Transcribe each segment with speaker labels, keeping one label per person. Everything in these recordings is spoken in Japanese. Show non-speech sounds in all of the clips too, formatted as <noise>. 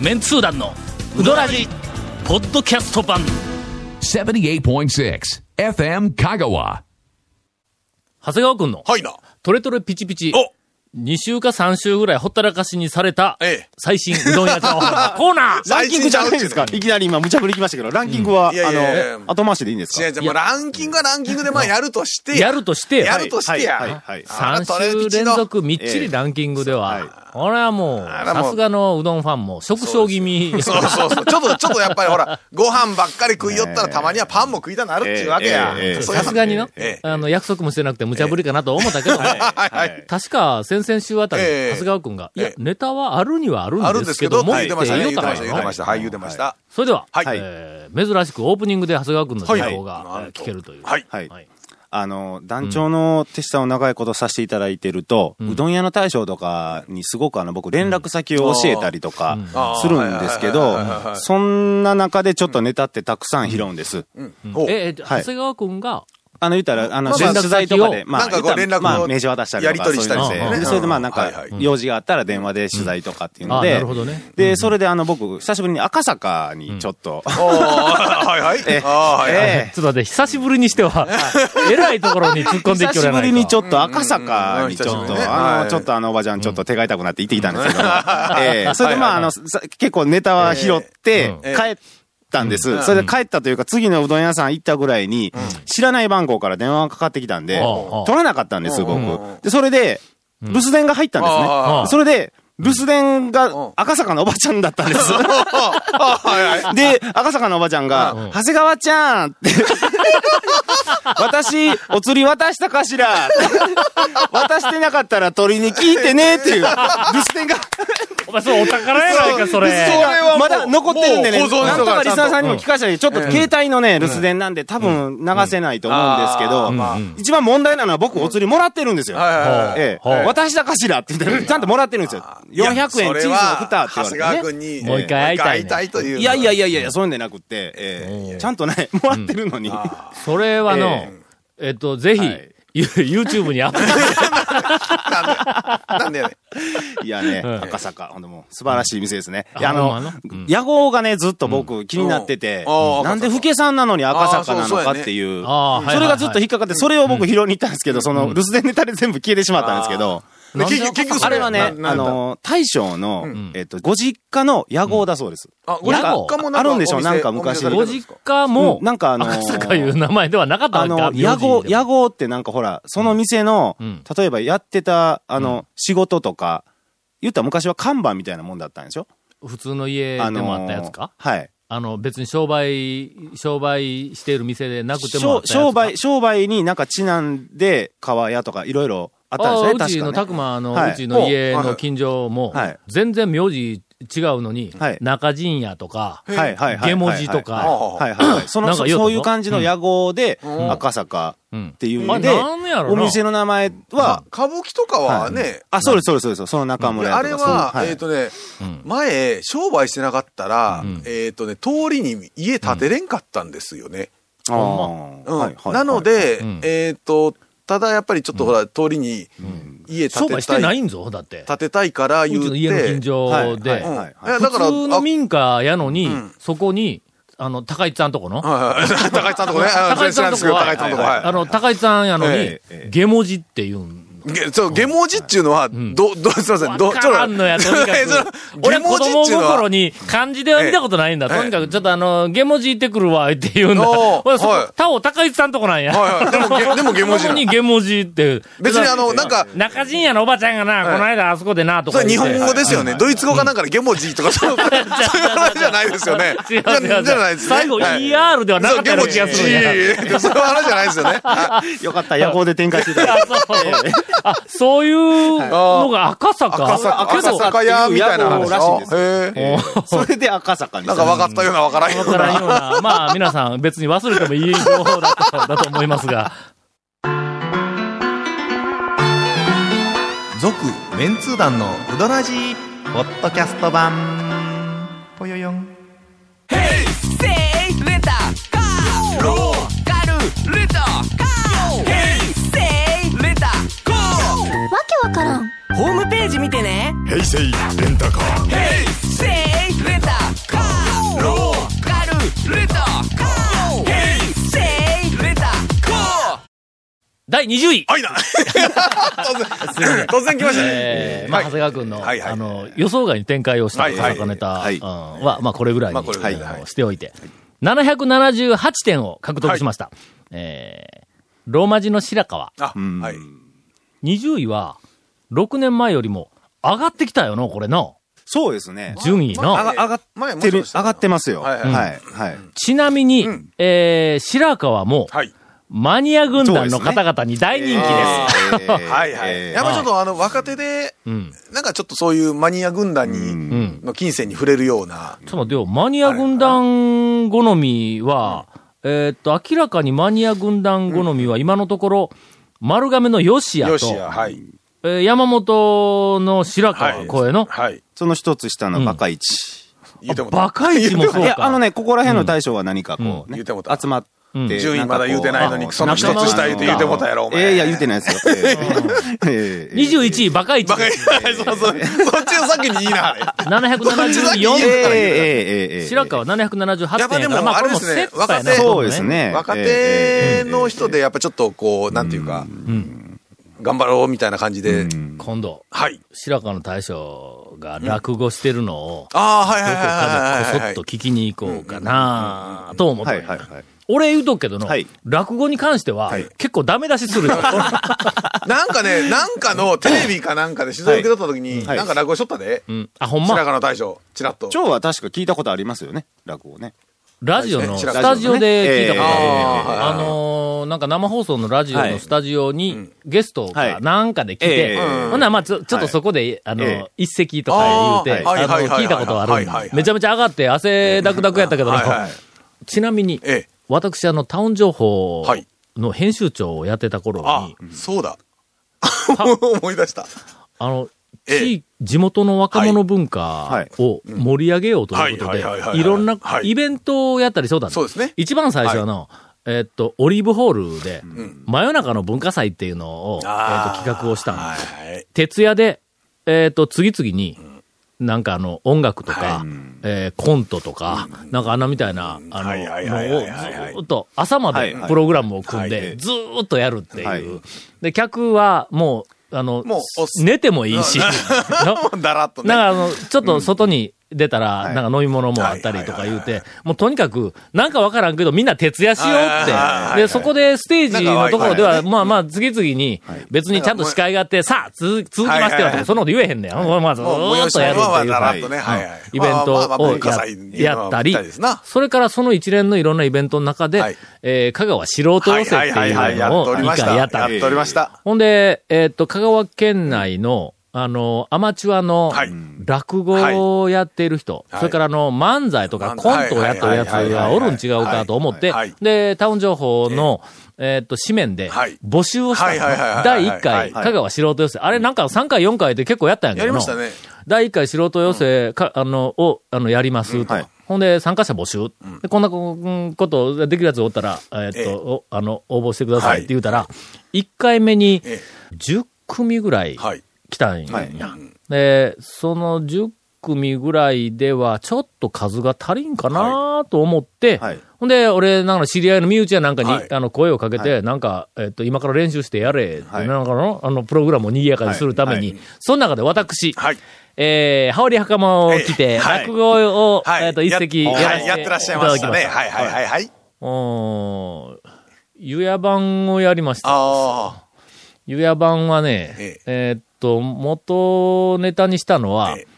Speaker 1: メンツー団のウドラジポッドキャスト版
Speaker 2: 78.6 FM Kagawa.
Speaker 1: 長谷川くんの
Speaker 3: はいな。
Speaker 1: トレトレピチピチ
Speaker 3: お
Speaker 1: 2週か3週ぐらいほったらかしにされた
Speaker 3: ええ
Speaker 1: 最新うどん屋
Speaker 3: <laughs>
Speaker 1: 情報コーナー
Speaker 4: ランキングじゃないんですか
Speaker 3: 最
Speaker 4: いきなり今無茶ぶり来ましたけど、ランキングは、
Speaker 3: うんいやいやいや
Speaker 4: あの、後回しでいいんです
Speaker 3: 違
Speaker 4: か
Speaker 3: う違う、もうランキングはランキングでまあやるとして。
Speaker 1: <laughs> やるとして
Speaker 3: やるとしてや。
Speaker 4: はいはいはい
Speaker 3: あー
Speaker 1: 3週連。続みっちりランキングで
Speaker 4: ええ
Speaker 1: は、これはもう、
Speaker 3: あらも
Speaker 1: さ
Speaker 3: う
Speaker 1: すがのうどんファンも、食傷気味。
Speaker 3: トレビチのそうそうそう。ちょっと、ちょっとやっぱりほら、ご飯ばっかり食いよったらたまにはパンも食いたなるっていうわけや
Speaker 4: えええええ。え
Speaker 3: そういう
Speaker 1: <laughs> さすがにの
Speaker 3: ええ、
Speaker 1: あの、約束もしてなくて無茶ぶりかなと思ったけど、
Speaker 3: はいは
Speaker 4: はいい。
Speaker 1: 確か先々週あたり、
Speaker 3: ええ
Speaker 1: 長谷川くんが、いや
Speaker 3: ええ、
Speaker 1: ネタはあるにはある
Speaker 3: ある
Speaker 1: ん
Speaker 3: ん
Speaker 1: で
Speaker 3: ですす
Speaker 1: け
Speaker 3: け
Speaker 1: ど
Speaker 3: ど
Speaker 1: も、
Speaker 3: も、
Speaker 1: っ
Speaker 3: 言
Speaker 1: て
Speaker 3: ってましたね。
Speaker 1: 言
Speaker 3: 言
Speaker 1: う
Speaker 3: ったて
Speaker 1: ら
Speaker 3: ま
Speaker 1: え
Speaker 3: し
Speaker 1: えの
Speaker 3: た、言ってました。はい、言ってました。
Speaker 1: それでは、
Speaker 4: はい
Speaker 1: えー珍しくオープニングで長谷川くんの情報
Speaker 3: はい
Speaker 1: が
Speaker 3: なんと
Speaker 1: 聞けるという。
Speaker 3: はい。
Speaker 4: はい
Speaker 1: はい
Speaker 4: あの、団長の手下を長いことさせていただいてると、うどん屋の大将とかにすごくあの、僕連絡先を教えたりとか
Speaker 3: あー
Speaker 4: するんですけ
Speaker 3: はい
Speaker 4: ど
Speaker 3: はいはいはい、
Speaker 4: そんな中でちょっとネタってたくさん拾うんです。
Speaker 3: うん。おう
Speaker 1: えー、
Speaker 4: はい
Speaker 1: 長谷川くんが、
Speaker 4: あの、言ったら、あの、
Speaker 1: まあ
Speaker 4: 取材とかで、
Speaker 3: なんかこう
Speaker 4: 言ったら
Speaker 3: 連絡を
Speaker 4: まあ、名刺渡したり
Speaker 3: や
Speaker 4: とか。
Speaker 3: り取りしたり
Speaker 4: そ
Speaker 1: し
Speaker 4: う
Speaker 1: て
Speaker 4: いうの
Speaker 1: ね
Speaker 4: でそれで、まあ、なん
Speaker 3: は
Speaker 4: か
Speaker 3: いはい、
Speaker 4: 用事があったら電話で取材とかっていう
Speaker 1: あ
Speaker 4: の
Speaker 1: あ、
Speaker 4: で。
Speaker 1: なるほどね。
Speaker 4: で、それで、あの、僕、久しぶりに赤坂にちょっ
Speaker 1: <laughs>
Speaker 4: と、
Speaker 3: おーはいはい。
Speaker 4: え
Speaker 3: あー <laughs> はいはい。
Speaker 4: ええ
Speaker 1: ちょっと待って、久しぶりにしては、えらいところに突っ込んでき
Speaker 4: 久
Speaker 1: てお
Speaker 4: し
Speaker 1: ら
Speaker 4: ぶ
Speaker 1: ない
Speaker 4: り
Speaker 1: と
Speaker 4: にちょっと赤坂にちょ
Speaker 3: うんう
Speaker 4: っ
Speaker 3: んうん久しぶりね
Speaker 4: と、あ
Speaker 3: はい
Speaker 4: の、ちょっとあのおばちゃんちょっと手が痛くなって行ってきたんですけど、
Speaker 1: <laughs>
Speaker 4: ええそれでまああの、さ結構ネタは拾って
Speaker 3: ええ
Speaker 4: 帰ったんで
Speaker 3: うん
Speaker 4: す。それで帰ったというか次のうどん屋さん行ったぐらいに、知らない番号から電話がかかってきたんで
Speaker 1: ああ、
Speaker 4: 取らなかったんです、
Speaker 3: うん
Speaker 4: 僕。で、それで、留守電が入ったんですね
Speaker 3: あ
Speaker 1: あ。
Speaker 4: それで、留守電
Speaker 3: うん
Speaker 4: が赤坂のおばちゃんだったんです。
Speaker 3: あーはいはい。
Speaker 4: <laughs> で、赤坂のおばちゃん
Speaker 1: うん
Speaker 4: が、長谷川ちゃんって。私、お釣り渡したかしら渡してなかったら鳥に聞いてねっていう、留守電が、
Speaker 1: お前、それお宝やないか、それ。
Speaker 3: そうはもう
Speaker 4: まだ残ってるんでね、
Speaker 3: もう保存しとか
Speaker 4: なんとかリスナーさんにも聞かせたり、ちょっと
Speaker 3: うん
Speaker 4: 携帯のね、留守電なんで多分流せないと思うんですけ
Speaker 3: う
Speaker 4: ど
Speaker 3: んあーまあ、
Speaker 4: 一番問題なのは僕お釣りもらってるんですよ。
Speaker 3: はいはいはい。
Speaker 4: ええ
Speaker 1: ほうほう
Speaker 4: 渡したかしらって言って、ちゃんともらってるんですよ。
Speaker 3: いや
Speaker 4: 400円チーズの蓋って言わ
Speaker 3: そ
Speaker 4: れ
Speaker 3: れは長谷川
Speaker 4: てね。
Speaker 3: 君に、
Speaker 1: もう一回会いたいね
Speaker 3: もう一回という。
Speaker 4: いやいやいやいやいや、そういうんでなくって、ええちゃんとね、もらってるのに。
Speaker 1: それはの、え
Speaker 4: え
Speaker 1: っと、ぜひ、
Speaker 4: はい
Speaker 1: YouTube にアップ
Speaker 3: なんでやねん。
Speaker 4: いやね、
Speaker 1: ん
Speaker 4: 赤坂、ほんともう、素晴らしい店ですね。
Speaker 1: ん
Speaker 4: いやあ
Speaker 1: ほんま
Speaker 4: の
Speaker 1: なうん、
Speaker 4: 屋号がね、ずっと僕気になってて、
Speaker 3: うんあー
Speaker 4: なんで
Speaker 3: 赤坂
Speaker 4: ふけさんなのに赤坂なのかっていう、
Speaker 1: ああ、はいはいはい。
Speaker 4: それがずっと引っかかって、それを僕拾いに行ったんですけど、その留守電ネタで全部消えてしまったんですけど、
Speaker 3: で結
Speaker 1: なん
Speaker 3: 局、
Speaker 1: で
Speaker 3: 結局そ
Speaker 4: あれはね、
Speaker 3: な
Speaker 4: あ
Speaker 3: なんだ
Speaker 4: の、大将の、えっと、ご実家の屋号だそうです。
Speaker 3: あ、ご実家もなんか
Speaker 4: あるんでしょ
Speaker 3: お店
Speaker 4: なんか昔
Speaker 3: お店されてる
Speaker 1: ご
Speaker 3: んです
Speaker 1: 実
Speaker 3: か
Speaker 1: 家も、
Speaker 4: うんなんかあのー
Speaker 1: 赤坂いう名前ではなかった
Speaker 4: あ
Speaker 1: わけか
Speaker 4: の、屋号、屋
Speaker 1: 号。
Speaker 4: 号ってなんかほら、その店の
Speaker 1: うん、
Speaker 4: 例えばやってた、あの、仕事とか、言ったら昔は看板みたいなもんだったんでしょ
Speaker 1: 普通の家
Speaker 4: あ
Speaker 1: でもあったやつか
Speaker 4: はい。
Speaker 1: あの、別に商売、商売している店でなくてもあった
Speaker 4: 商
Speaker 1: やつか。
Speaker 4: 商売、商売になんかちなんで、川屋とかいろいろあったんですね、確
Speaker 1: あ
Speaker 4: か
Speaker 1: うちの、
Speaker 4: ね
Speaker 1: たくまの、
Speaker 4: はいう
Speaker 1: ちの家
Speaker 3: もうは
Speaker 1: の
Speaker 3: い
Speaker 1: 近所も
Speaker 4: はい、
Speaker 1: 全然名字違うのに
Speaker 4: はい、
Speaker 1: 中陣屋とか、
Speaker 4: はいはいはい。
Speaker 1: 下文字とか
Speaker 4: はいはいはいはいはい。
Speaker 1: <laughs>
Speaker 4: そ
Speaker 1: な
Speaker 4: の、
Speaker 1: んか
Speaker 4: そ
Speaker 1: 言うたぞ
Speaker 4: そういう感じの屋号で、
Speaker 3: うん
Speaker 4: 赤坂
Speaker 1: うん
Speaker 4: っていう
Speaker 1: あ
Speaker 4: の
Speaker 1: れ
Speaker 4: で、
Speaker 1: なんやろな
Speaker 4: お店の名前は、
Speaker 3: 歌舞伎とかはね、
Speaker 4: あ、そうです、そうです、そうです。その中
Speaker 3: で
Speaker 4: 村屋
Speaker 3: あ
Speaker 4: と
Speaker 3: れ
Speaker 4: かそう
Speaker 3: は、
Speaker 4: い
Speaker 3: えっ
Speaker 4: う
Speaker 3: とね
Speaker 1: ん、
Speaker 3: 前、商売してなかったら
Speaker 1: ん、
Speaker 3: えっとね、通りに家建てれんかったんですよね。
Speaker 4: はいあー
Speaker 3: うん
Speaker 4: はいはい
Speaker 3: なの
Speaker 4: はい
Speaker 3: で
Speaker 1: うん、
Speaker 3: えっと、ただやっぱりちょっとほら、通りに家建
Speaker 1: 商
Speaker 3: て
Speaker 1: 売して
Speaker 3: た、
Speaker 1: ないいんぞ、だって。
Speaker 3: 建てたいから
Speaker 1: う
Speaker 3: 言
Speaker 1: ち
Speaker 3: う
Speaker 1: の
Speaker 3: て、
Speaker 1: 家の近所
Speaker 4: はい
Speaker 1: で
Speaker 4: は
Speaker 3: う
Speaker 4: い。
Speaker 3: ん
Speaker 4: はい
Speaker 3: いやだから、
Speaker 1: 普通の
Speaker 3: あ
Speaker 1: 民家やのに、
Speaker 3: ん
Speaker 1: そこに、あの、高市さんとこの、
Speaker 3: はい <laughs> はい高井さんとこね、あ
Speaker 1: 高市さんとこは
Speaker 3: 高井さんとこ、
Speaker 1: あ
Speaker 3: は
Speaker 1: の、高市さんやのに
Speaker 4: ええ、
Speaker 1: 下文字っていうん。
Speaker 3: い。げそう、下文字っていうのは、
Speaker 1: ん
Speaker 3: ど、ど、すいません、ど、
Speaker 1: わからんのや、とにか
Speaker 3: <laughs> えその
Speaker 1: く。俺、
Speaker 3: 下
Speaker 1: 子
Speaker 3: 文字っ
Speaker 1: 供
Speaker 3: ていうのは
Speaker 1: 心に漢字では見たことないんだ。
Speaker 3: ええ
Speaker 1: とにかく、ちょっとあの、下文字行ってくるわ、って言うんだ。
Speaker 3: おー
Speaker 1: 俺、そ
Speaker 3: はい
Speaker 1: こ、他を高市さんとこなんや。
Speaker 3: はいはい。でもげ、でもゲモジ
Speaker 1: そこ
Speaker 3: なの
Speaker 1: に。下文字って。
Speaker 3: 別にあの、なんか、
Speaker 1: 中陣屋のおばちゃんがな、
Speaker 3: はい
Speaker 1: この間あそこでな、と
Speaker 3: そ
Speaker 1: か
Speaker 3: れ日
Speaker 1: 言って。
Speaker 3: 本語ですよね。ドイツ語かなんかでゲモジとか、そうそういう話じゃないですよね。
Speaker 1: 違う違う違う
Speaker 3: じゃないですね。
Speaker 1: 最後
Speaker 3: はい
Speaker 1: ER ではなか
Speaker 3: そ
Speaker 1: った
Speaker 3: うゲ
Speaker 1: よう
Speaker 3: モ
Speaker 1: な
Speaker 3: ジ
Speaker 1: 気がするんや。
Speaker 3: ーそういう話じゃないですよね。あ
Speaker 4: よかった、夜行で展開し
Speaker 3: <laughs>
Speaker 4: てた。
Speaker 1: あ、そう。あ、そういうのが赤坂。
Speaker 3: 赤坂、
Speaker 4: あ
Speaker 3: 赤
Speaker 1: けど、
Speaker 3: 坂屋みたいな
Speaker 4: 赤
Speaker 3: 話
Speaker 4: 坂屋らしいんです
Speaker 3: あへえ
Speaker 4: えーそれで赤坂に
Speaker 3: なんか分かったような分からんよ
Speaker 1: わ
Speaker 3: う
Speaker 1: からん
Speaker 3: な。
Speaker 1: ような。まあ、皆さん別に忘れてもいい情報だった、だと思いますが。
Speaker 5: 続メンツー団のウドラジーポッドキャスト版ぽよよん
Speaker 6: せいレンタカーローカルレンタカーヘイセイレンタカー
Speaker 7: わけわからん
Speaker 6: ホームページ見てねヘイセイレンタカーヘイセイレン
Speaker 1: 第20位
Speaker 3: あいな突然、突然来ました
Speaker 1: え
Speaker 3: ね。
Speaker 1: ーまあ、長
Speaker 3: はい
Speaker 1: 谷川君の、
Speaker 3: はいはい
Speaker 1: あの、予想外に展開をした
Speaker 3: はいはい
Speaker 1: 坂ネタは,、
Speaker 4: はい
Speaker 1: は、まあ、これぐらいに、
Speaker 3: まあこれぐらいで
Speaker 1: あの
Speaker 3: はい
Speaker 1: しておいて、778点を獲得しました。えーローマ字の白川、
Speaker 3: あ、はい。
Speaker 1: 20位は、6年前よりも上がってきたよの、これの。
Speaker 4: そうですね。
Speaker 1: 順位の。
Speaker 4: あが上がっ
Speaker 3: 前も
Speaker 4: てる、
Speaker 3: そうでした
Speaker 4: 上がってますよ。
Speaker 3: はい
Speaker 4: は
Speaker 3: は
Speaker 4: い、
Speaker 3: い
Speaker 4: はい。はい
Speaker 1: ちなみに、えー白川も、
Speaker 3: はい。
Speaker 1: マニア軍団の方々に大人気です。
Speaker 4: えー
Speaker 3: はいはい。やっぱちょっとあの、若手で、
Speaker 1: うん。
Speaker 3: なんかちょっとそういうマニア軍団
Speaker 1: う
Speaker 3: に、
Speaker 1: ん。
Speaker 3: の金銭に触れるような。
Speaker 1: ちょっと待ってよ、マニア軍団好みは、えーっと、明らかにマニア軍団好みは今のところ、丸亀の吉
Speaker 3: よ
Speaker 1: 谷
Speaker 3: し
Speaker 1: と、
Speaker 3: や、はい。
Speaker 1: えー山本の白
Speaker 3: は
Speaker 1: 川
Speaker 3: い。
Speaker 1: 声の、
Speaker 3: はい。
Speaker 4: その一つ下のバカ市。
Speaker 3: 言うてもた
Speaker 1: バカイチもそう
Speaker 4: いや、
Speaker 1: か。
Speaker 4: あのね、ここら辺の大将は何かこうね、
Speaker 3: <laughs> うん言うてもうた
Speaker 4: 集まって、
Speaker 1: うん
Speaker 3: 順位まだ言うてないの
Speaker 4: ん
Speaker 3: に、
Speaker 4: かこう
Speaker 3: その一つ下言うて言うてもたやろ、お前。
Speaker 4: ええいや、言うてないですよ。
Speaker 3: <laughs>
Speaker 4: ええええ
Speaker 1: 21位、バカイチ
Speaker 3: バ。カそうそう。そっちを先に言いな、あれ。
Speaker 1: <laughs> 774点。
Speaker 4: ええええええええ
Speaker 1: 白川778
Speaker 3: やっぱ
Speaker 1: 点
Speaker 3: で
Speaker 1: やから、
Speaker 3: も、あれで
Speaker 1: も
Speaker 3: すね、
Speaker 1: ぱ
Speaker 3: 若
Speaker 1: やな
Speaker 3: 手、
Speaker 4: そうですね
Speaker 3: 若手の人で、やっぱちょっとこう、なんていうか、頑張ろうみたいな感じで、
Speaker 1: 今度、
Speaker 3: はい。
Speaker 1: 白川の大将が落語してるのを、
Speaker 3: ああ、はいは
Speaker 1: ど
Speaker 3: い
Speaker 1: こ
Speaker 3: はい
Speaker 1: か
Speaker 3: は
Speaker 1: でこ
Speaker 3: いは
Speaker 1: そっ
Speaker 3: い
Speaker 1: と。聞きに行こうかなと思っ
Speaker 4: え
Speaker 1: ておりま
Speaker 4: はい
Speaker 1: す
Speaker 4: はいはい。
Speaker 1: 俺言うとくけどの、
Speaker 4: はい
Speaker 1: 落語に関しては、
Speaker 4: はい
Speaker 1: 結構ダメ出しす
Speaker 3: <laughs>
Speaker 1: るよ。
Speaker 3: なんかね、なんかのテレビかなんかで取材受け取った時に、
Speaker 4: はい
Speaker 3: なんか落語しとったで
Speaker 1: う。ん、あ、ほん
Speaker 3: 白
Speaker 1: ま、
Speaker 3: 髪の大将、ちらっと。
Speaker 4: 蝶は確か聞いたことありますよね、落語ね。
Speaker 1: ラジオの
Speaker 3: え
Speaker 1: スタジオで聞いたことある。
Speaker 3: ええ
Speaker 1: あのーなんか生放送のラジオ
Speaker 4: は
Speaker 1: の
Speaker 4: い
Speaker 1: スタジオにゲスト
Speaker 4: は
Speaker 1: か
Speaker 4: い
Speaker 1: なんかで来て、
Speaker 4: ええ
Speaker 1: ほんならまあちょちょっとそこで、あのー
Speaker 4: ええ
Speaker 1: 一席とか言うて、
Speaker 3: あーはい
Speaker 1: あの
Speaker 3: はいはいはい
Speaker 1: 聞いたことあるんで
Speaker 3: はいはいはい
Speaker 1: めちゃめちゃ上がって汗だくだくやったけどな、
Speaker 3: はいはい
Speaker 1: ちなみに、
Speaker 3: ええ
Speaker 1: 私あのタウン情報
Speaker 3: はい
Speaker 1: の編集長をやってた頃に、
Speaker 3: あ、そうだ。思い出した。
Speaker 1: あの、
Speaker 3: ええ
Speaker 1: 地域地元の若者文
Speaker 4: は
Speaker 1: 化
Speaker 4: い
Speaker 1: を盛り上げようということ
Speaker 3: うんはいはいはいはいは
Speaker 1: で、
Speaker 3: い
Speaker 1: いろんな
Speaker 3: はい
Speaker 1: イベントをやったりそうだ
Speaker 3: そうですね
Speaker 1: 一番最初はあの、えっと、オリーブホールで、真夜中の文化祭っていうのを、えっと
Speaker 3: あー
Speaker 1: 企画をしたんです。
Speaker 3: はい。
Speaker 1: 徹夜で、えっと、次々に、なんかあの、音楽とか、えーコントとか、なんか穴みたいな、あの、
Speaker 3: はいはいはいはいはいはい
Speaker 1: のをずーっと朝ま
Speaker 4: はい
Speaker 1: で
Speaker 4: はい
Speaker 1: プログラムを組ん
Speaker 4: は
Speaker 1: で、
Speaker 4: い
Speaker 1: ずーっとやるって
Speaker 4: はい
Speaker 1: いう。で、客はもう、あの、
Speaker 3: もうおっ
Speaker 1: 寝てもいい <laughs> し、の
Speaker 3: だらっとね。
Speaker 1: なんかあの、ちょっと外に出たら、
Speaker 4: い
Speaker 1: なんか飲み物もあったりとか言う
Speaker 3: はいはいはい
Speaker 1: て、もうとにかく、なんかわからんけど、みんな徹夜しよう
Speaker 3: はいはい
Speaker 1: っ
Speaker 3: はいは
Speaker 1: て。
Speaker 3: い
Speaker 1: で、そこでステージのところで
Speaker 3: な
Speaker 1: は、
Speaker 3: んか
Speaker 1: まあまあ、次々に、別にちゃんと司会があって、さあ、続続きますって
Speaker 3: はいはいは
Speaker 1: は、
Speaker 3: い
Speaker 1: そんなこと言えへんねん。まあまあ、ず
Speaker 3: もう
Speaker 1: ーっ
Speaker 3: 催し
Speaker 1: とやる
Speaker 3: 物
Speaker 1: っ
Speaker 3: は
Speaker 1: ていう
Speaker 3: だ
Speaker 1: か。
Speaker 3: らっとね、はいはい。
Speaker 1: イベント
Speaker 3: まあまあまあ
Speaker 1: を
Speaker 3: 文化祭っていう
Speaker 1: や
Speaker 3: の
Speaker 1: や
Speaker 3: は
Speaker 1: ったり
Speaker 3: ぴたりですな、
Speaker 1: それからその一連のいろんなイベントの中で
Speaker 3: はい、
Speaker 1: えー香川素人寄せっていうのを
Speaker 3: や
Speaker 1: 2
Speaker 3: ってお
Speaker 1: 回や
Speaker 3: りま
Speaker 1: っ
Speaker 3: した。
Speaker 1: た
Speaker 3: や
Speaker 1: っ
Speaker 3: って
Speaker 1: いう
Speaker 3: ておりました。
Speaker 1: ほんで、えーっと、香川県内の、あの、アマチュアの
Speaker 3: はい
Speaker 1: 落語をやっている人、
Speaker 3: はい
Speaker 1: それからあの、漫才とか
Speaker 3: 漫
Speaker 1: コ
Speaker 3: 才
Speaker 1: ントをやってるやつ
Speaker 3: はいはいはい
Speaker 1: が
Speaker 3: はい
Speaker 1: おるん違うかと思って
Speaker 3: はいはい、
Speaker 1: で、タウン情報の、えーっと、紙面で
Speaker 3: はい、
Speaker 1: 募集をしたの
Speaker 3: はいはいはいはいはい
Speaker 1: 第1
Speaker 3: は
Speaker 1: 回、
Speaker 3: い
Speaker 1: 香川素人寄せ。あれなんか3回4回で結構やったんやけど
Speaker 3: やりま
Speaker 1: な
Speaker 3: したね。
Speaker 1: 第1回素人寄せか、あの、を、あの、やりますと。
Speaker 4: はい
Speaker 1: ほんで、参加者募集。でこんなこうんことできるやつおったら、えーっと、
Speaker 3: ええ
Speaker 1: おあの、応募してくださいって言うたら、1回目に
Speaker 3: え
Speaker 1: 10組ぐらい
Speaker 3: はい。
Speaker 1: 来たんや。
Speaker 4: はい
Speaker 1: で、その10組ぐらいでは、ちょっと数が足りんかなと思って、
Speaker 4: はい
Speaker 1: ほんで、俺、なんか知り合いの身内やなんかに、
Speaker 3: はい
Speaker 1: あの、声をかけて、
Speaker 4: は
Speaker 1: なんか、えっと、今から練習してやれ、って
Speaker 4: はい
Speaker 1: なんかの、あの、プログラムを賑やかにするために、
Speaker 4: は
Speaker 1: その中で私、
Speaker 3: はい。
Speaker 1: えー、羽織袴を着
Speaker 3: え
Speaker 1: て、
Speaker 3: えはい
Speaker 1: 落語を、
Speaker 3: はい。
Speaker 1: えっと、一席や
Speaker 3: や
Speaker 1: ら
Speaker 3: は
Speaker 1: せ
Speaker 3: い
Speaker 1: て
Speaker 3: やってらっしゃいましたね。
Speaker 1: いただきま
Speaker 3: はいはいはいはい。
Speaker 1: うーん。湯屋版をやりました。
Speaker 3: あ
Speaker 1: 湯屋版はね、え
Speaker 3: え
Speaker 1: ーっと、元ネタにしたのは、
Speaker 3: ええ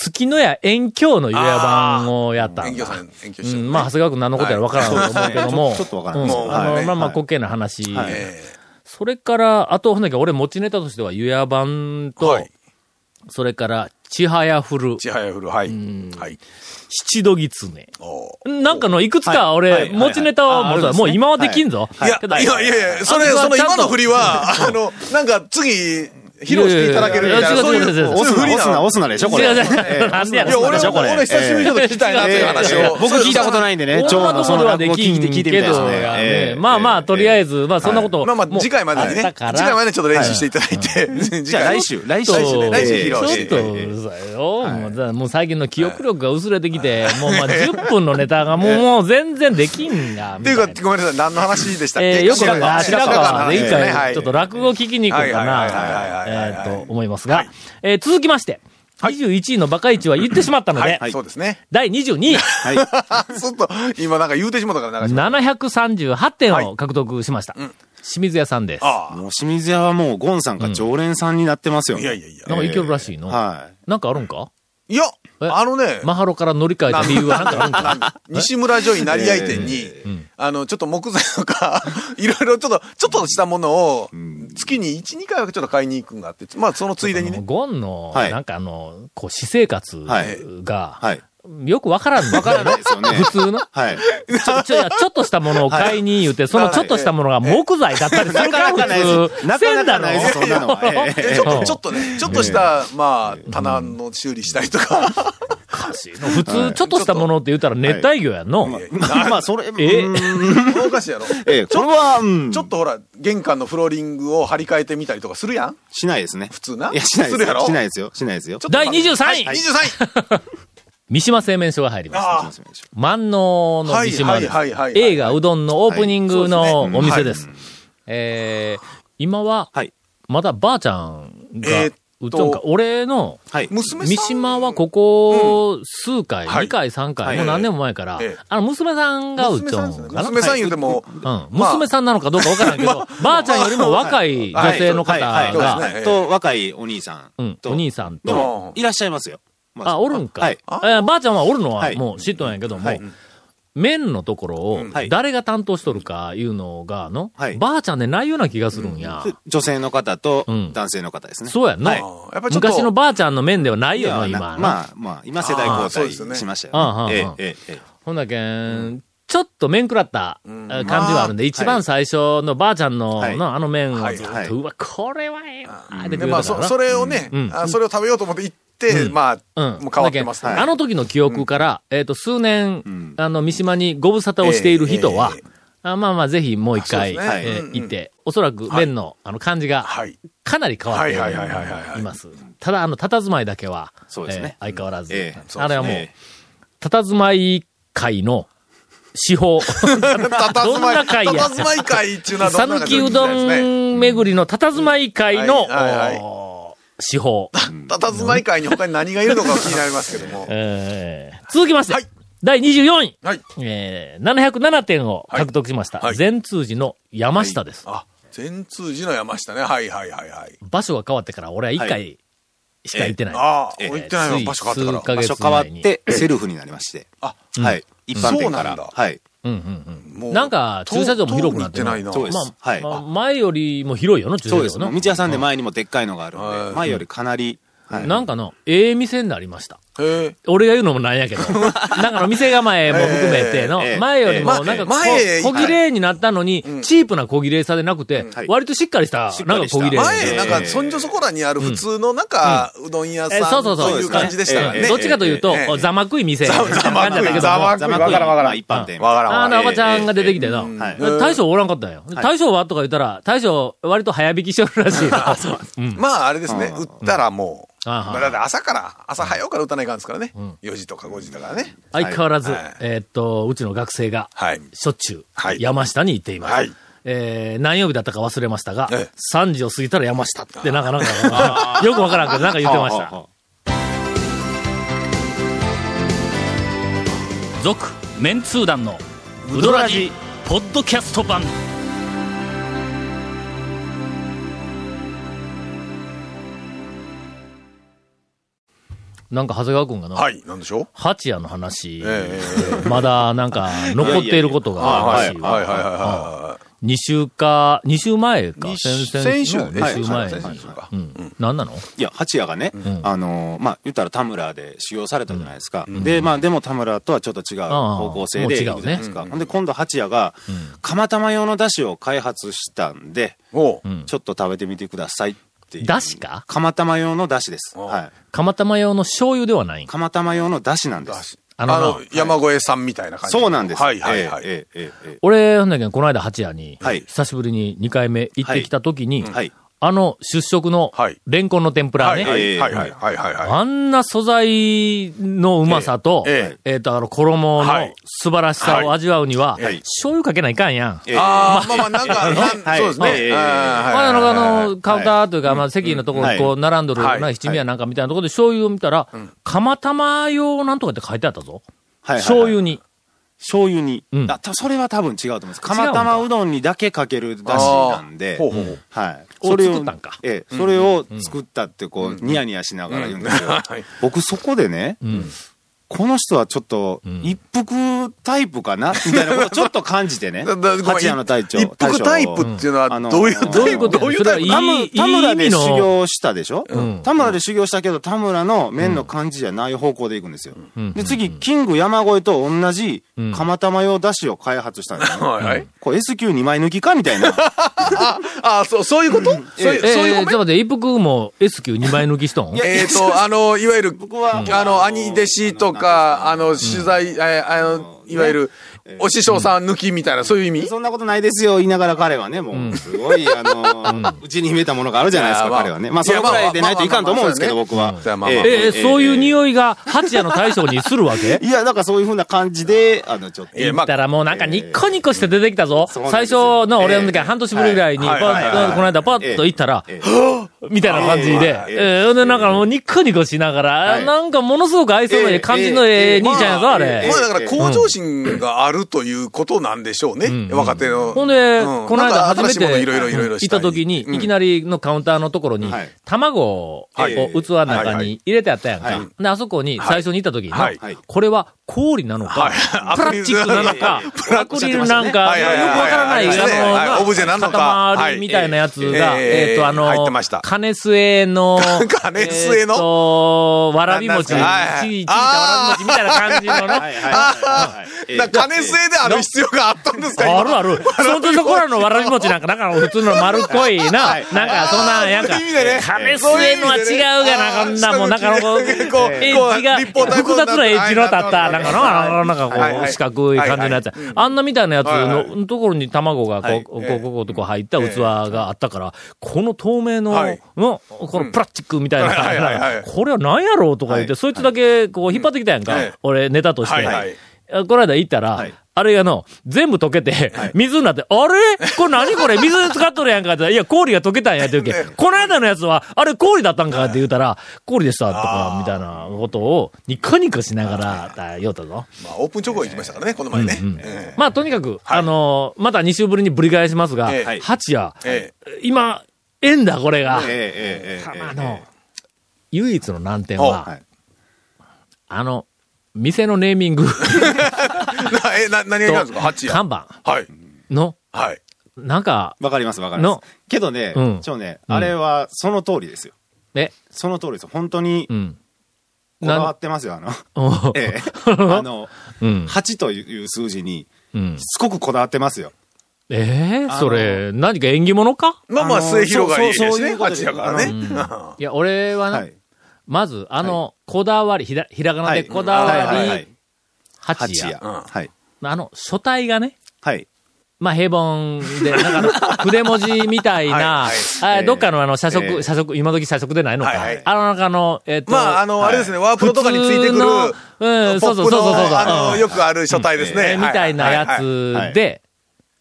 Speaker 1: 月の屋遠鏡の湯屋版をやった
Speaker 3: あ。
Speaker 1: ん
Speaker 3: 遠
Speaker 1: だ
Speaker 3: 慮さん、遠慮
Speaker 1: う
Speaker 3: してる
Speaker 1: ん、まあ、長谷川君何のことやら分からんと思うけども。
Speaker 4: はいそうですねちょちょっと分からん
Speaker 1: う
Speaker 4: です
Speaker 3: けど
Speaker 1: んあの
Speaker 3: はい
Speaker 1: まあまあ、
Speaker 4: はい
Speaker 1: 滑稽な話。
Speaker 4: はい
Speaker 3: ええ
Speaker 1: それから、あと、ほんだけ俺持ちネタとしては、湯屋版と、
Speaker 3: はい
Speaker 1: それから、ちはやふる、
Speaker 3: ちはやふる、はい。はい。
Speaker 1: 七度ぎつね。
Speaker 3: おー
Speaker 1: なんかの、いくつか
Speaker 4: はいは
Speaker 1: 俺、
Speaker 4: い
Speaker 1: 持ちネタを
Speaker 4: は
Speaker 1: 持つ
Speaker 4: いあ
Speaker 1: わ
Speaker 4: あるんですね
Speaker 1: もう今はできんぞ。
Speaker 3: いや、いやいやいや、それ、
Speaker 1: あ
Speaker 3: その
Speaker 1: ちゃんと
Speaker 3: 今の振りは、あの、なんか次、披露していただけるみたい
Speaker 1: いや
Speaker 3: ない
Speaker 1: やいや
Speaker 3: そうい
Speaker 1: 違う違う違う違
Speaker 3: う
Speaker 1: う
Speaker 3: そ
Speaker 4: 押
Speaker 3: ういう
Speaker 4: すな、
Speaker 3: 不利
Speaker 4: 押
Speaker 3: な
Speaker 4: すな、押すなでしょ、これ。
Speaker 1: 違う違う
Speaker 4: え <laughs> え
Speaker 1: なんでや
Speaker 3: いや俺
Speaker 1: 押すな
Speaker 3: も俺久しぶりにちょっと聞きたいなっていう話を、
Speaker 4: ええ僕聞いたことないんでね、長のその落語聞いて、聞いてみたいですねええ。
Speaker 1: まあまあ、とりあえず、まあそんなこと。
Speaker 3: まあまあ次回までにね
Speaker 1: だ
Speaker 3: 次
Speaker 1: から
Speaker 3: 回までにちょっと練習していただい <laughs> て、次
Speaker 4: じゃあ
Speaker 3: 回
Speaker 4: 来週、来
Speaker 1: ち
Speaker 4: 週
Speaker 1: ょっ
Speaker 3: 週
Speaker 1: と
Speaker 3: ね来週披露して
Speaker 1: ちょっとうるさいよ。もうだもう最近の記憶力が薄れてきて、もうまあ10分のネタがもうもう全然できんが。
Speaker 3: っ
Speaker 1: み
Speaker 3: て
Speaker 1: た
Speaker 3: い
Speaker 1: いうな
Speaker 3: か、ごめんなさい、何の話でしたっけ
Speaker 1: えー、よくなんか、
Speaker 3: 白
Speaker 1: 白
Speaker 3: 川の
Speaker 1: 川
Speaker 3: 話
Speaker 1: で一
Speaker 3: ですねは
Speaker 1: 回、
Speaker 3: い
Speaker 1: ちょっと落語聞きに行こうか
Speaker 3: はいはいはいはいはいはい
Speaker 1: な、えーと、思いますが、えー続きまして、21位のバカイチは言ってしまったので
Speaker 3: は、い、そうですね。 <laughs>
Speaker 1: 第22位、
Speaker 4: はい。
Speaker 3: すっと、今なんか言うてしもたから、なんか、
Speaker 1: 738点を獲得しました。清水屋さんです。
Speaker 3: あ
Speaker 4: もう清水屋はもう、ゴンさんが常連さんになってますよ
Speaker 3: あ、
Speaker 4: ね。
Speaker 3: いやいやいや。
Speaker 1: なんかいけるらしいの。
Speaker 4: は
Speaker 1: なんかあるんか
Speaker 3: いや、
Speaker 1: え
Speaker 3: あのね、
Speaker 1: マハロから乗り換えた理由はなんかあるん
Speaker 4: <laughs>
Speaker 1: か
Speaker 3: 西村女医成合店に、あの、ちょっと木材とか、 <laughs> いろいろちょっと、ちょっとしたものを、月に1、2回はちょっと買いに行くんがあって、まあ、そのついでに
Speaker 1: あの
Speaker 3: ね。
Speaker 1: ゴンの、
Speaker 4: はい
Speaker 1: なんかあの、こう、私生活
Speaker 4: はい
Speaker 1: が、
Speaker 4: はい
Speaker 1: よくわからんの。
Speaker 4: わからないですよね
Speaker 1: 普通の。
Speaker 4: い。はい。
Speaker 1: ちょ、ちょ、ちょっとしたものを買いに言うて、そのちょっとしたものが木材だったりするから、
Speaker 4: なかなかない
Speaker 1: 普
Speaker 4: です
Speaker 1: 通。
Speaker 4: なかなかないです
Speaker 1: せんだろ
Speaker 4: そんなのはえ
Speaker 1: <laughs>
Speaker 4: え
Speaker 3: えちょっと、ちょっとね、ちょっとした、まあ、棚の修理したりとか、
Speaker 1: 普通、ちょっとしたものって言ったら熱帯魚やんの。
Speaker 4: まあまあ、それ、
Speaker 1: え
Speaker 4: うん
Speaker 3: <laughs> おかしいやろ。
Speaker 4: ええ、これは、うん
Speaker 3: ちょっとほら、玄関のフローリングを張り替えてみたりとかするやん
Speaker 4: しないですね。普
Speaker 3: 通ない
Speaker 4: や、しないです
Speaker 3: するやろ
Speaker 4: しないですよ。しないですよ。ちょっ
Speaker 1: 第23位、
Speaker 3: はい、23位
Speaker 1: 三島製麺所が入りました。
Speaker 3: ああ、
Speaker 1: 万能の三島です
Speaker 3: はいはいはいはい。はい
Speaker 1: 映画うどんのオープニングの
Speaker 3: はいそうですね
Speaker 1: お店です。えー、今は、
Speaker 4: はい。
Speaker 1: まだばあちゃんが、
Speaker 3: えーっ
Speaker 1: うちょんか、俺の、
Speaker 4: はい。
Speaker 3: 娘さん。
Speaker 1: 三島はここ数回、
Speaker 3: はい
Speaker 1: 2回、3
Speaker 4: は
Speaker 1: 回、
Speaker 4: い
Speaker 1: もう何年も前から
Speaker 3: ええ、
Speaker 1: あの、娘さんがう
Speaker 3: 娘
Speaker 1: ちょ
Speaker 3: さ
Speaker 1: ん
Speaker 3: んですね
Speaker 1: かな。
Speaker 3: 娘さん言うても、
Speaker 1: うん。
Speaker 3: まあ
Speaker 1: 娘さんなのかどうかわからんけど、ばあちゃんよりも若い女性の方
Speaker 4: はいはい
Speaker 3: そうで
Speaker 1: が、
Speaker 3: すね
Speaker 4: と、若いお兄さ
Speaker 1: うんん、
Speaker 4: と。
Speaker 1: お兄さん
Speaker 4: で
Speaker 1: と、
Speaker 4: も、いらっしゃいますよ。ま
Speaker 1: あ、おるんか。
Speaker 4: はい。
Speaker 3: あ
Speaker 1: えーばあちゃんはおるのは
Speaker 4: はい
Speaker 1: もう知っとんやけど
Speaker 4: は
Speaker 1: も
Speaker 4: い、
Speaker 1: 麺のところを
Speaker 4: はい
Speaker 1: 誰が担当しとるかいうのが、の
Speaker 4: は、い
Speaker 1: ばあちゃんでないような気がするんや。
Speaker 4: 女性の方と
Speaker 1: うん
Speaker 4: 男性の方ですね。
Speaker 1: そうやん
Speaker 3: あ
Speaker 1: な。
Speaker 3: ーやっぱりちょっと、
Speaker 1: 昔のばあちゃんの麺ではないよな、
Speaker 4: いや
Speaker 1: 今。
Speaker 4: まあまあ、今世代
Speaker 3: あーそうで
Speaker 4: 交
Speaker 3: す
Speaker 4: 代
Speaker 3: ね
Speaker 4: しました
Speaker 1: あ
Speaker 4: よ
Speaker 1: あ
Speaker 4: ね。え
Speaker 1: ああ
Speaker 4: ええええ
Speaker 1: ほんだけん、ちょっと面食らったえ
Speaker 3: ん
Speaker 1: ー感じはあるんで、一
Speaker 4: は
Speaker 1: 番
Speaker 4: い
Speaker 1: 最初のばあちゃんの、
Speaker 4: はい
Speaker 1: なあの麺をずっと、
Speaker 4: はいう
Speaker 1: わ、これはええわ、って
Speaker 3: で
Speaker 1: 言う
Speaker 3: ま
Speaker 1: た
Speaker 3: あ、
Speaker 1: から
Speaker 3: そ
Speaker 1: な
Speaker 3: それをね、
Speaker 1: うん
Speaker 3: あそれを食べようと思って行って、まあ、
Speaker 1: うん。
Speaker 3: もう変わってます
Speaker 1: ほ
Speaker 3: ね
Speaker 1: んだけんあの時の記憶から、えっと、数年、あの、三島にご無沙汰をしている人は
Speaker 3: ええええ、
Speaker 1: あまあまあ、ぜひもう一回、
Speaker 3: あそうですね
Speaker 1: えー
Speaker 3: うんうん
Speaker 1: 行って、おそらく麺の、あの、感じが、
Speaker 3: はい。
Speaker 1: かなり変わって
Speaker 3: はいはいはいはいはい
Speaker 1: います。ただ、あの、佇まいだけは、
Speaker 4: そうですね
Speaker 1: えー相変わらず。
Speaker 4: ええ
Speaker 1: あれはもう、
Speaker 4: え
Speaker 1: 佇まい界の、司法。
Speaker 3: たたずまい、
Speaker 1: どんな会や
Speaker 3: たたずまい会っていうのはど
Speaker 1: さ
Speaker 3: ん <laughs> な
Speaker 1: ぬ
Speaker 3: 感
Speaker 1: き
Speaker 3: じ
Speaker 1: うどん巡りの佇まい会の、
Speaker 3: うんはいはいはい
Speaker 1: おー司
Speaker 3: <laughs>
Speaker 1: 法。
Speaker 3: たたずまい会に他に何がいるのか気になりますけども。
Speaker 1: えー続きまして、
Speaker 3: はい
Speaker 1: 第24位、
Speaker 3: はい。
Speaker 1: えー、707点を獲得しました。
Speaker 3: はいはい
Speaker 1: 全通寺の山下です、
Speaker 3: あ、全通寺の山下ね。はいはいはいはい。
Speaker 1: 場所が変わってから俺は1
Speaker 4: は
Speaker 1: 回しか行ってない。
Speaker 3: ああ、
Speaker 4: ええ
Speaker 3: 行ってない
Speaker 1: つい
Speaker 3: の場所変わっ
Speaker 1: 数
Speaker 3: たか
Speaker 1: ヶ
Speaker 4: 場
Speaker 1: 月
Speaker 4: 所変わ
Speaker 1: 前に
Speaker 4: って、セルフになりまして。
Speaker 3: あ
Speaker 4: はい。一般店か
Speaker 3: そうなん
Speaker 4: ら。
Speaker 3: だ
Speaker 4: はい。
Speaker 1: うんうん
Speaker 3: ら。
Speaker 1: う
Speaker 3: も
Speaker 1: ん。なんか、駐車場も広くなって
Speaker 3: る。
Speaker 1: る
Speaker 3: 遠くに行って
Speaker 4: そう
Speaker 3: ない
Speaker 4: で
Speaker 3: な。
Speaker 4: す
Speaker 1: まあ、
Speaker 4: はい
Speaker 1: まあ前よりも広いよな、駐車
Speaker 4: そ
Speaker 1: 場
Speaker 4: う
Speaker 1: な
Speaker 4: です。もう道屋さんで前にもでっかいのがあるん
Speaker 3: はい
Speaker 4: で、前よりかなり、はい
Speaker 1: なんかの、ええ店になりました。
Speaker 3: へえ。
Speaker 1: 俺が言うのもなんやけど。なんかの店構えも含めての
Speaker 4: えええ、え
Speaker 1: 前よりもなんかこ
Speaker 3: ま前
Speaker 1: 小切れになったのに、チープな小切れさでなくて
Speaker 4: は、い
Speaker 1: 割としっかりした、
Speaker 4: しっ
Speaker 1: な
Speaker 4: か
Speaker 1: んか
Speaker 4: りした
Speaker 1: 小切れ。
Speaker 3: 前、
Speaker 4: え
Speaker 3: なんか、そんじょそこらにある普通の、なんか、うどん屋
Speaker 1: え
Speaker 3: さん、
Speaker 1: そうそうそう。
Speaker 3: という感じでしたから
Speaker 1: ええ
Speaker 3: ね。
Speaker 1: どっちかというと
Speaker 3: ええ、
Speaker 1: ざまくい店。
Speaker 3: ざざまくい
Speaker 1: みたいな感じだったけども
Speaker 3: ざま
Speaker 4: ざまくい
Speaker 3: わからんわからん
Speaker 4: まあ一般店。
Speaker 3: わからんわ
Speaker 1: あ
Speaker 3: からん
Speaker 1: の赤ちゃんが出てきての
Speaker 4: ええええ
Speaker 1: 大将おらんかったんよ。
Speaker 4: い
Speaker 1: 大将はとか言ったら、大将割と早引きしよるらしいな。うん
Speaker 3: <laughs> まあ、あれですね。
Speaker 4: うん
Speaker 3: 売ったらもう。
Speaker 1: ああ
Speaker 3: まあだって朝から、朝早うから打たないかんですからね。4時とか5時とかね。
Speaker 1: 相変わらず
Speaker 3: はい、
Speaker 1: えーっと、うちの学生が、
Speaker 3: はい。
Speaker 1: しょっちゅう
Speaker 3: はい
Speaker 1: 山下に行っています。
Speaker 3: はい
Speaker 1: えー何曜日だったか忘れましたが、
Speaker 3: ええ
Speaker 1: 3時を過ぎたら山下って、なんか、なんか、よくわからんけど、なんか言ってまし
Speaker 4: はあ
Speaker 1: た。
Speaker 4: は
Speaker 6: 続メンツー団の
Speaker 1: ウドラジ、ポッドキャスト版。なんか、長谷川君がな、
Speaker 3: はい。なんでしょう
Speaker 1: 八夜の話、
Speaker 3: え
Speaker 1: まだなんか残っていることがあるらしいわ
Speaker 3: はいはいはいは
Speaker 1: 二週か、二週前か、
Speaker 3: い。
Speaker 1: 々
Speaker 3: 先週
Speaker 1: の
Speaker 3: ね。
Speaker 1: 二週
Speaker 3: は
Speaker 1: 前
Speaker 3: い先
Speaker 1: に。
Speaker 3: 週か
Speaker 1: う。ん。何なの
Speaker 4: いや、八谷がね、あのー、まあ、言ったら田村で修行されたじゃないですか。で、まあ、でも田村とはちょっと違う方向性で
Speaker 1: ああ
Speaker 4: 行くじゃないですか。ほんで、今度八谷が、釜玉用の出汁を開発したんで、
Speaker 3: おう
Speaker 1: うん
Speaker 4: ちょっと食べてみてくださいってっていう。
Speaker 1: だしか
Speaker 4: 釜玉用のだしです。
Speaker 3: お
Speaker 4: は
Speaker 1: 釜玉用の醤油ではない
Speaker 4: い。
Speaker 1: ん
Speaker 4: 釜玉用のだしなんで
Speaker 3: あ
Speaker 4: す。
Speaker 1: あ
Speaker 3: あ
Speaker 1: の
Speaker 3: の
Speaker 1: な
Speaker 3: 山越えさんみたいな感じ。
Speaker 4: そうなんです。
Speaker 3: はいはいはい。
Speaker 4: えええええ
Speaker 1: 俺、なんだけど、この間八夜に、
Speaker 4: はい
Speaker 1: 久しぶりに2回目行ってきた時に、
Speaker 4: えはい。
Speaker 1: あの出食の
Speaker 3: はい、
Speaker 1: レンコンの天ぷら
Speaker 3: は
Speaker 1: ね、
Speaker 3: いは
Speaker 4: え
Speaker 3: い
Speaker 4: え
Speaker 3: はいはいはいはいはい。
Speaker 1: あんな素材のうまさと、え
Speaker 3: え
Speaker 1: っ、と、あの、衣
Speaker 3: はい
Speaker 1: の素晴らしさを味わうには、
Speaker 4: はい
Speaker 1: 醤油かけないかんやん。
Speaker 4: ええ
Speaker 3: あーまあまあ、なんか、なん
Speaker 4: はい
Speaker 3: そうですね。
Speaker 4: えええ
Speaker 3: あ
Speaker 4: え
Speaker 3: ー
Speaker 1: あ
Speaker 3: はいはいはいはい
Speaker 1: の、あの、カウンターというか、まあ、席のところ
Speaker 4: は
Speaker 1: に
Speaker 4: い
Speaker 1: こう、並んどる、
Speaker 3: はい
Speaker 1: なんか七味やなんかみたいなところで醤油を見たら、釜玉用なんとかって書いてあったぞ。
Speaker 4: はいはいはい
Speaker 1: 醤油に。
Speaker 4: 醤油に。
Speaker 1: うん
Speaker 4: あ、たそれは多分違うと思います。
Speaker 1: 違うんだ
Speaker 4: 釜玉うどんにだけかけるだしなんで。
Speaker 3: あーほうほうほう
Speaker 4: はい。
Speaker 1: を
Speaker 4: それ
Speaker 1: 作ったんか
Speaker 4: ええ、それを作ったってこう、ニヤニヤしながら言うんですよ。僕そこでね、この人はちょっと、一服タイプかなみたいなことをちょっと感じて
Speaker 3: <laughs>
Speaker 4: ね。
Speaker 3: だだごめん
Speaker 4: 八谷の隊長。
Speaker 3: 一服タイプっていうのは、どういうタイプ
Speaker 1: どういうことやねん
Speaker 3: どういう
Speaker 1: それは
Speaker 3: タイプ
Speaker 1: い
Speaker 4: 田村
Speaker 1: い
Speaker 4: 田村
Speaker 1: 意味
Speaker 4: で
Speaker 1: の
Speaker 4: 修行したでしょ、
Speaker 1: ん
Speaker 4: 田村で修行したけど、田村の麺の感じじゃない方向でいくんですよ。
Speaker 1: ん
Speaker 4: で、次、キング山越えと同じ釜玉用だしを開発したんですよ、
Speaker 3: はいはい
Speaker 4: こう S q 二枚抜きかみたいな。
Speaker 3: ああ、そう、そういうことそういう、
Speaker 1: えー
Speaker 3: そういう
Speaker 1: ちょっ
Speaker 3: ごめん
Speaker 1: と待って、一服も S 級2枚抜きしとん
Speaker 3: えっと、あの、いわゆる、
Speaker 4: 僕は、
Speaker 3: あの、兄弟子とか、あの、取材、えーあの、いわゆる、お師匠さん抜きみたいな、そういう意味
Speaker 4: そんなことないですよ、言いながら彼はね、もう、すごい、あの、うちに秘めたものがあるじゃないです
Speaker 3: い
Speaker 4: か、
Speaker 3: やまあ
Speaker 4: 彼はね。まあ、それぐらいでないといかんと思うんですけど、僕は。
Speaker 3: そうやまあまあ
Speaker 4: ええ
Speaker 1: えーそういう匂いが八夜の大将にするわけ
Speaker 4: いや、だからそういうふうな感じで、あの、ちょっと。
Speaker 3: いやま
Speaker 1: だ
Speaker 3: あ
Speaker 1: ったらもうなんかニッコニコして出てきたぞ。
Speaker 4: そうなん
Speaker 1: 最
Speaker 4: ですよ
Speaker 1: 初の俺の時は半年ぶりぐらいに、パ
Speaker 3: はいはいはい
Speaker 1: ッ
Speaker 4: は
Speaker 1: と
Speaker 4: い
Speaker 1: この間パッと行ったら、
Speaker 4: ええ
Speaker 1: はぁみたいな感じ
Speaker 4: え
Speaker 1: で、
Speaker 4: え
Speaker 1: ええほんでなんかもうニッコニコしながら、
Speaker 4: はい
Speaker 1: なんかものすごく愛想のい
Speaker 4: え
Speaker 1: い
Speaker 4: え
Speaker 1: 感じのええ兄ちゃんやぞ、あ
Speaker 4: え
Speaker 1: れ
Speaker 4: え
Speaker 3: まあ。だから向上心があるということなんでしょうね、若手の。
Speaker 1: ほんで、
Speaker 3: う
Speaker 1: この間
Speaker 3: なん
Speaker 1: 初
Speaker 3: か
Speaker 1: め
Speaker 3: 新しいもの
Speaker 1: て
Speaker 3: いろいろいろいろ
Speaker 1: 行った時に、いき
Speaker 3: な
Speaker 1: なりのカウンターのところに
Speaker 4: はい、
Speaker 1: 卵をこ
Speaker 4: は
Speaker 1: う
Speaker 4: い
Speaker 1: 器の中に入れてあったやん
Speaker 4: は
Speaker 1: か
Speaker 4: い。
Speaker 1: で、あそこに最初に行った時
Speaker 3: はい
Speaker 4: はい
Speaker 1: に、これは氷なのか、
Speaker 3: はい
Speaker 1: プラスチックなのか、アクリルなんか、
Speaker 3: はいはいはい
Speaker 1: よ
Speaker 3: はい
Speaker 1: くわからない、
Speaker 3: ありましたね
Speaker 1: あ
Speaker 3: はい
Speaker 1: の、
Speaker 3: オブジェなのか
Speaker 1: 塊みたいなやつが、
Speaker 3: はい
Speaker 1: えっと、あの
Speaker 3: 入ってまし、た
Speaker 1: 金末の、
Speaker 3: 金末の
Speaker 1: えーと、わらび餅、ち
Speaker 3: なんなんすかはいはい
Speaker 1: いちいたわらび餅みたいな感じのね。
Speaker 4: はいはいはいはい。
Speaker 3: だから金末である必要があったんですか今
Speaker 1: あるある。そのところのわらび餅なんか、なんか普通の丸っこいな、なんかそんな、なんか、
Speaker 3: そういう意味でね
Speaker 1: 金末のは違うがな、こんなもうなんかこう、エ
Speaker 3: こう
Speaker 1: ッジが、
Speaker 3: 立方体
Speaker 1: 複雑なエッジの立った、
Speaker 3: はい
Speaker 1: なんかの、あの、なん
Speaker 3: はい
Speaker 1: かこ
Speaker 3: は
Speaker 1: う、
Speaker 3: い
Speaker 1: 四角い感じのやつや
Speaker 3: はいはい。
Speaker 1: あんなみたいなやつ
Speaker 3: はい
Speaker 1: のところに卵が
Speaker 3: は
Speaker 1: こう、
Speaker 3: い
Speaker 1: こう、
Speaker 3: ええ
Speaker 1: こう、こう入った器があったから、この透明の
Speaker 3: はい、
Speaker 1: の、このプラスチックみたいな感じ
Speaker 3: はいはいは
Speaker 1: ない <laughs> これは何やろうとか言って、
Speaker 4: はい
Speaker 1: そいつだけこう引っ張ってきたやんか
Speaker 3: ええ、
Speaker 1: 俺ネタとして。
Speaker 3: はいはい
Speaker 1: あこの間行ったら、
Speaker 4: はい
Speaker 1: あれがの、全部溶けて、水になって、あれこれ何これ水に使っとるやんかって言ったら、いや、氷が溶けたんやって言う
Speaker 3: <laughs>
Speaker 1: け、この間のやつは、あれ氷だったんかって言うたら、氷でしたとか、みたいなことを、ニコニコしながら、だ言うたぞ。
Speaker 3: まあ、オープン直後に行きましたからね、この前ね。ええ
Speaker 1: まあ、とにかく、あのーまた2週ぶりにぶり返しますが、
Speaker 3: ええ
Speaker 4: はい
Speaker 1: 八夜、
Speaker 3: え
Speaker 1: 今、縁だ、これが。
Speaker 4: ええええええええ
Speaker 1: たまの、唯一の難点
Speaker 3: お
Speaker 1: は、
Speaker 4: はい
Speaker 1: あの、店のネーミング、
Speaker 3: な <laughs> え、な、何がいたんですか八や。
Speaker 1: 看板
Speaker 3: はい。
Speaker 1: の、
Speaker 3: はい。
Speaker 1: なんか、
Speaker 4: わかりますわかりま
Speaker 1: の
Speaker 4: す。けどね
Speaker 1: うん、
Speaker 4: ちょね、
Speaker 1: うん
Speaker 4: あれはその通りですよ。
Speaker 1: え、
Speaker 4: その通りです。本当に
Speaker 1: う、 <laughs> ん。
Speaker 4: こだわ
Speaker 1: な
Speaker 4: ってますよ、あの。
Speaker 1: お
Speaker 4: ええ。あの、
Speaker 1: うん。
Speaker 4: 8という数字に、
Speaker 1: うん
Speaker 4: し。つこくこだわってますよ。
Speaker 1: えー、
Speaker 4: あの
Speaker 1: それ、何か縁起物か
Speaker 3: まあまあ、
Speaker 4: あの
Speaker 3: 末広がりです
Speaker 4: そうそうそうい
Speaker 3: ね、
Speaker 4: うことです
Speaker 3: 八やからね。 <laughs>
Speaker 1: いや、俺はな、
Speaker 4: はい。
Speaker 1: まず、あの、こだわり、ひら、ひらがな
Speaker 4: は
Speaker 1: で
Speaker 4: い。
Speaker 1: こだわ
Speaker 4: はいはいは
Speaker 1: り
Speaker 4: い、
Speaker 1: 八
Speaker 4: 八
Speaker 1: や
Speaker 4: や。。はい。
Speaker 1: あの、書体がね、
Speaker 4: はい。
Speaker 1: まあ、平凡で、なんかあの、
Speaker 3: <laughs>
Speaker 1: 筆文字みたいな
Speaker 3: はい、
Speaker 1: あ
Speaker 4: えー
Speaker 1: どっかのあの、社
Speaker 4: え
Speaker 1: 食、
Speaker 4: ー
Speaker 1: 社食、今時社食でないのか
Speaker 3: はいはい。
Speaker 1: あの、なんかあの、えっと、
Speaker 3: まあ、あの、あれですね、ワープロとかについて
Speaker 1: 普
Speaker 3: くる、
Speaker 1: 通のうん、
Speaker 3: ポ
Speaker 1: そう
Speaker 3: ッ
Speaker 1: そう
Speaker 3: プ
Speaker 1: そうそうそう。
Speaker 3: の、あ
Speaker 1: う
Speaker 3: の、
Speaker 1: ん
Speaker 3: よくある書体ですね。
Speaker 1: えーみたいなやつ
Speaker 4: はいはいは
Speaker 1: で、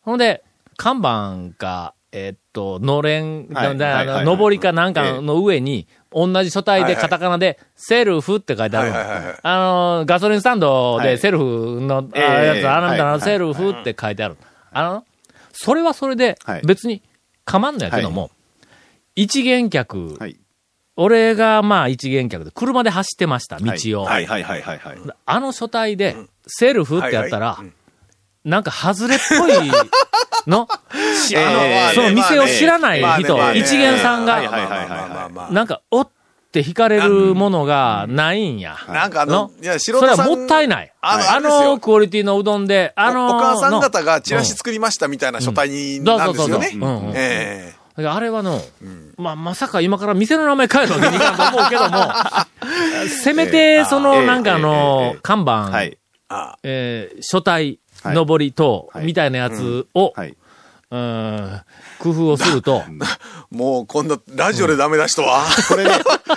Speaker 1: ほんで、看板か、えーっと、のれん、
Speaker 4: はい
Speaker 1: な
Speaker 4: は
Speaker 1: あ
Speaker 4: いはい
Speaker 1: ののぼりかなん
Speaker 4: え
Speaker 1: か
Speaker 4: え
Speaker 1: の上に、同じ書体
Speaker 3: はい
Speaker 1: で
Speaker 3: はい
Speaker 1: カタカナで、セルフって書いてあるの
Speaker 3: はいはいはいはい
Speaker 1: あの、ガソリンスタンド
Speaker 4: は
Speaker 1: で
Speaker 4: い
Speaker 1: セルフの、あ
Speaker 4: ええ
Speaker 1: やつ、あなた
Speaker 4: はいは
Speaker 1: の
Speaker 4: い
Speaker 1: セルフって書いてある。あの、それはそれで
Speaker 4: はい、
Speaker 1: 別に構んないけども、一元客、
Speaker 4: はい。
Speaker 1: 俺がまあ一元客で、車で走ってました、道を。
Speaker 4: はいはいはいはいはい。
Speaker 1: あの書体で、セルフってやったら、
Speaker 3: はいはい
Speaker 1: なんか外れっぽい
Speaker 3: <laughs>
Speaker 1: の、しあの
Speaker 4: えー
Speaker 1: その店を知らない
Speaker 3: まあね
Speaker 1: 人、
Speaker 3: まあね
Speaker 1: 一元さん
Speaker 3: まあ
Speaker 1: が、
Speaker 3: まあまあまあまあまあ
Speaker 1: なんか、おって惹かれるものがないんや。
Speaker 3: なんかあの、いや、
Speaker 1: そ
Speaker 3: 素
Speaker 1: れ
Speaker 3: 人
Speaker 1: は
Speaker 3: さん。
Speaker 1: もったいない。
Speaker 3: あの、
Speaker 1: あ
Speaker 3: あれです
Speaker 1: の
Speaker 3: よ
Speaker 1: クオリティのうどんで、あの
Speaker 3: おお母さん
Speaker 1: の
Speaker 3: 方がチラシ作りましたみたいな書体に
Speaker 1: どうぞ
Speaker 3: なんで
Speaker 1: どう
Speaker 3: す
Speaker 1: ぞ
Speaker 3: よね。
Speaker 1: うんうん
Speaker 3: ええ
Speaker 1: だからあれはの、まあ、まさか今から店の名前変えるわけにいかんと思うけ
Speaker 3: <laughs>
Speaker 1: ども、せめて、そ
Speaker 4: え
Speaker 1: の、
Speaker 4: え
Speaker 1: なんかあ
Speaker 4: ええ
Speaker 1: の
Speaker 4: ええ、
Speaker 1: 看板、
Speaker 4: はい。
Speaker 1: えー書体、
Speaker 4: はい
Speaker 1: 上り等、
Speaker 4: はい
Speaker 1: みたいなやつを、
Speaker 4: はい。
Speaker 1: うん工夫をすると、
Speaker 3: もう、こんな、ラジオでダメ出しとは。<laughs>
Speaker 4: これね、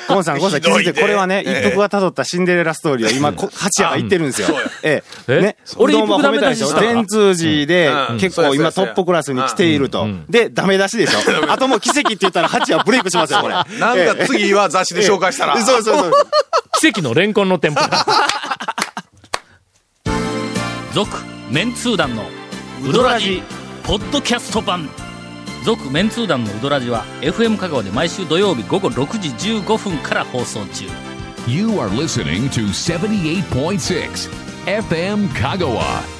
Speaker 4: ゴンさん、ゴンさん気づ
Speaker 3: ひ
Speaker 4: い
Speaker 3: どい
Speaker 4: て、
Speaker 3: ね
Speaker 4: これはね、
Speaker 3: ええ
Speaker 4: 一服が辿ったシンデレラストーリーを今、こ八夜が言ってるんですよ
Speaker 3: そうや。
Speaker 4: え
Speaker 1: え
Speaker 4: え。ね
Speaker 1: そ。う俺
Speaker 4: うどんは
Speaker 1: 一服ダ
Speaker 4: 褒
Speaker 1: メ
Speaker 4: めた
Speaker 1: 出
Speaker 4: で
Speaker 1: し
Speaker 4: しょ
Speaker 1: した
Speaker 4: 全通寺で
Speaker 3: うん、
Speaker 4: 結
Speaker 3: そうやそうや
Speaker 4: 構今トップクラスに来ていると。で、ダメ出し
Speaker 3: <laughs>
Speaker 4: でしょ。あともう奇跡って言ったら八夜ブレイクしますよ、これ。
Speaker 3: なんか次は雑誌 <laughs> で紹
Speaker 1: <laughs>
Speaker 3: 介したら。
Speaker 4: ええそうそうそう。
Speaker 1: 奇跡のレンコンの店舗。
Speaker 7: <laughs> 続メンツー団のウドラジポッドキャスト版続メンツー団のウドラジは FM 香川で毎週土曜日午後6時15分から放送中
Speaker 2: You are listening to 78.6 FM Kagawa.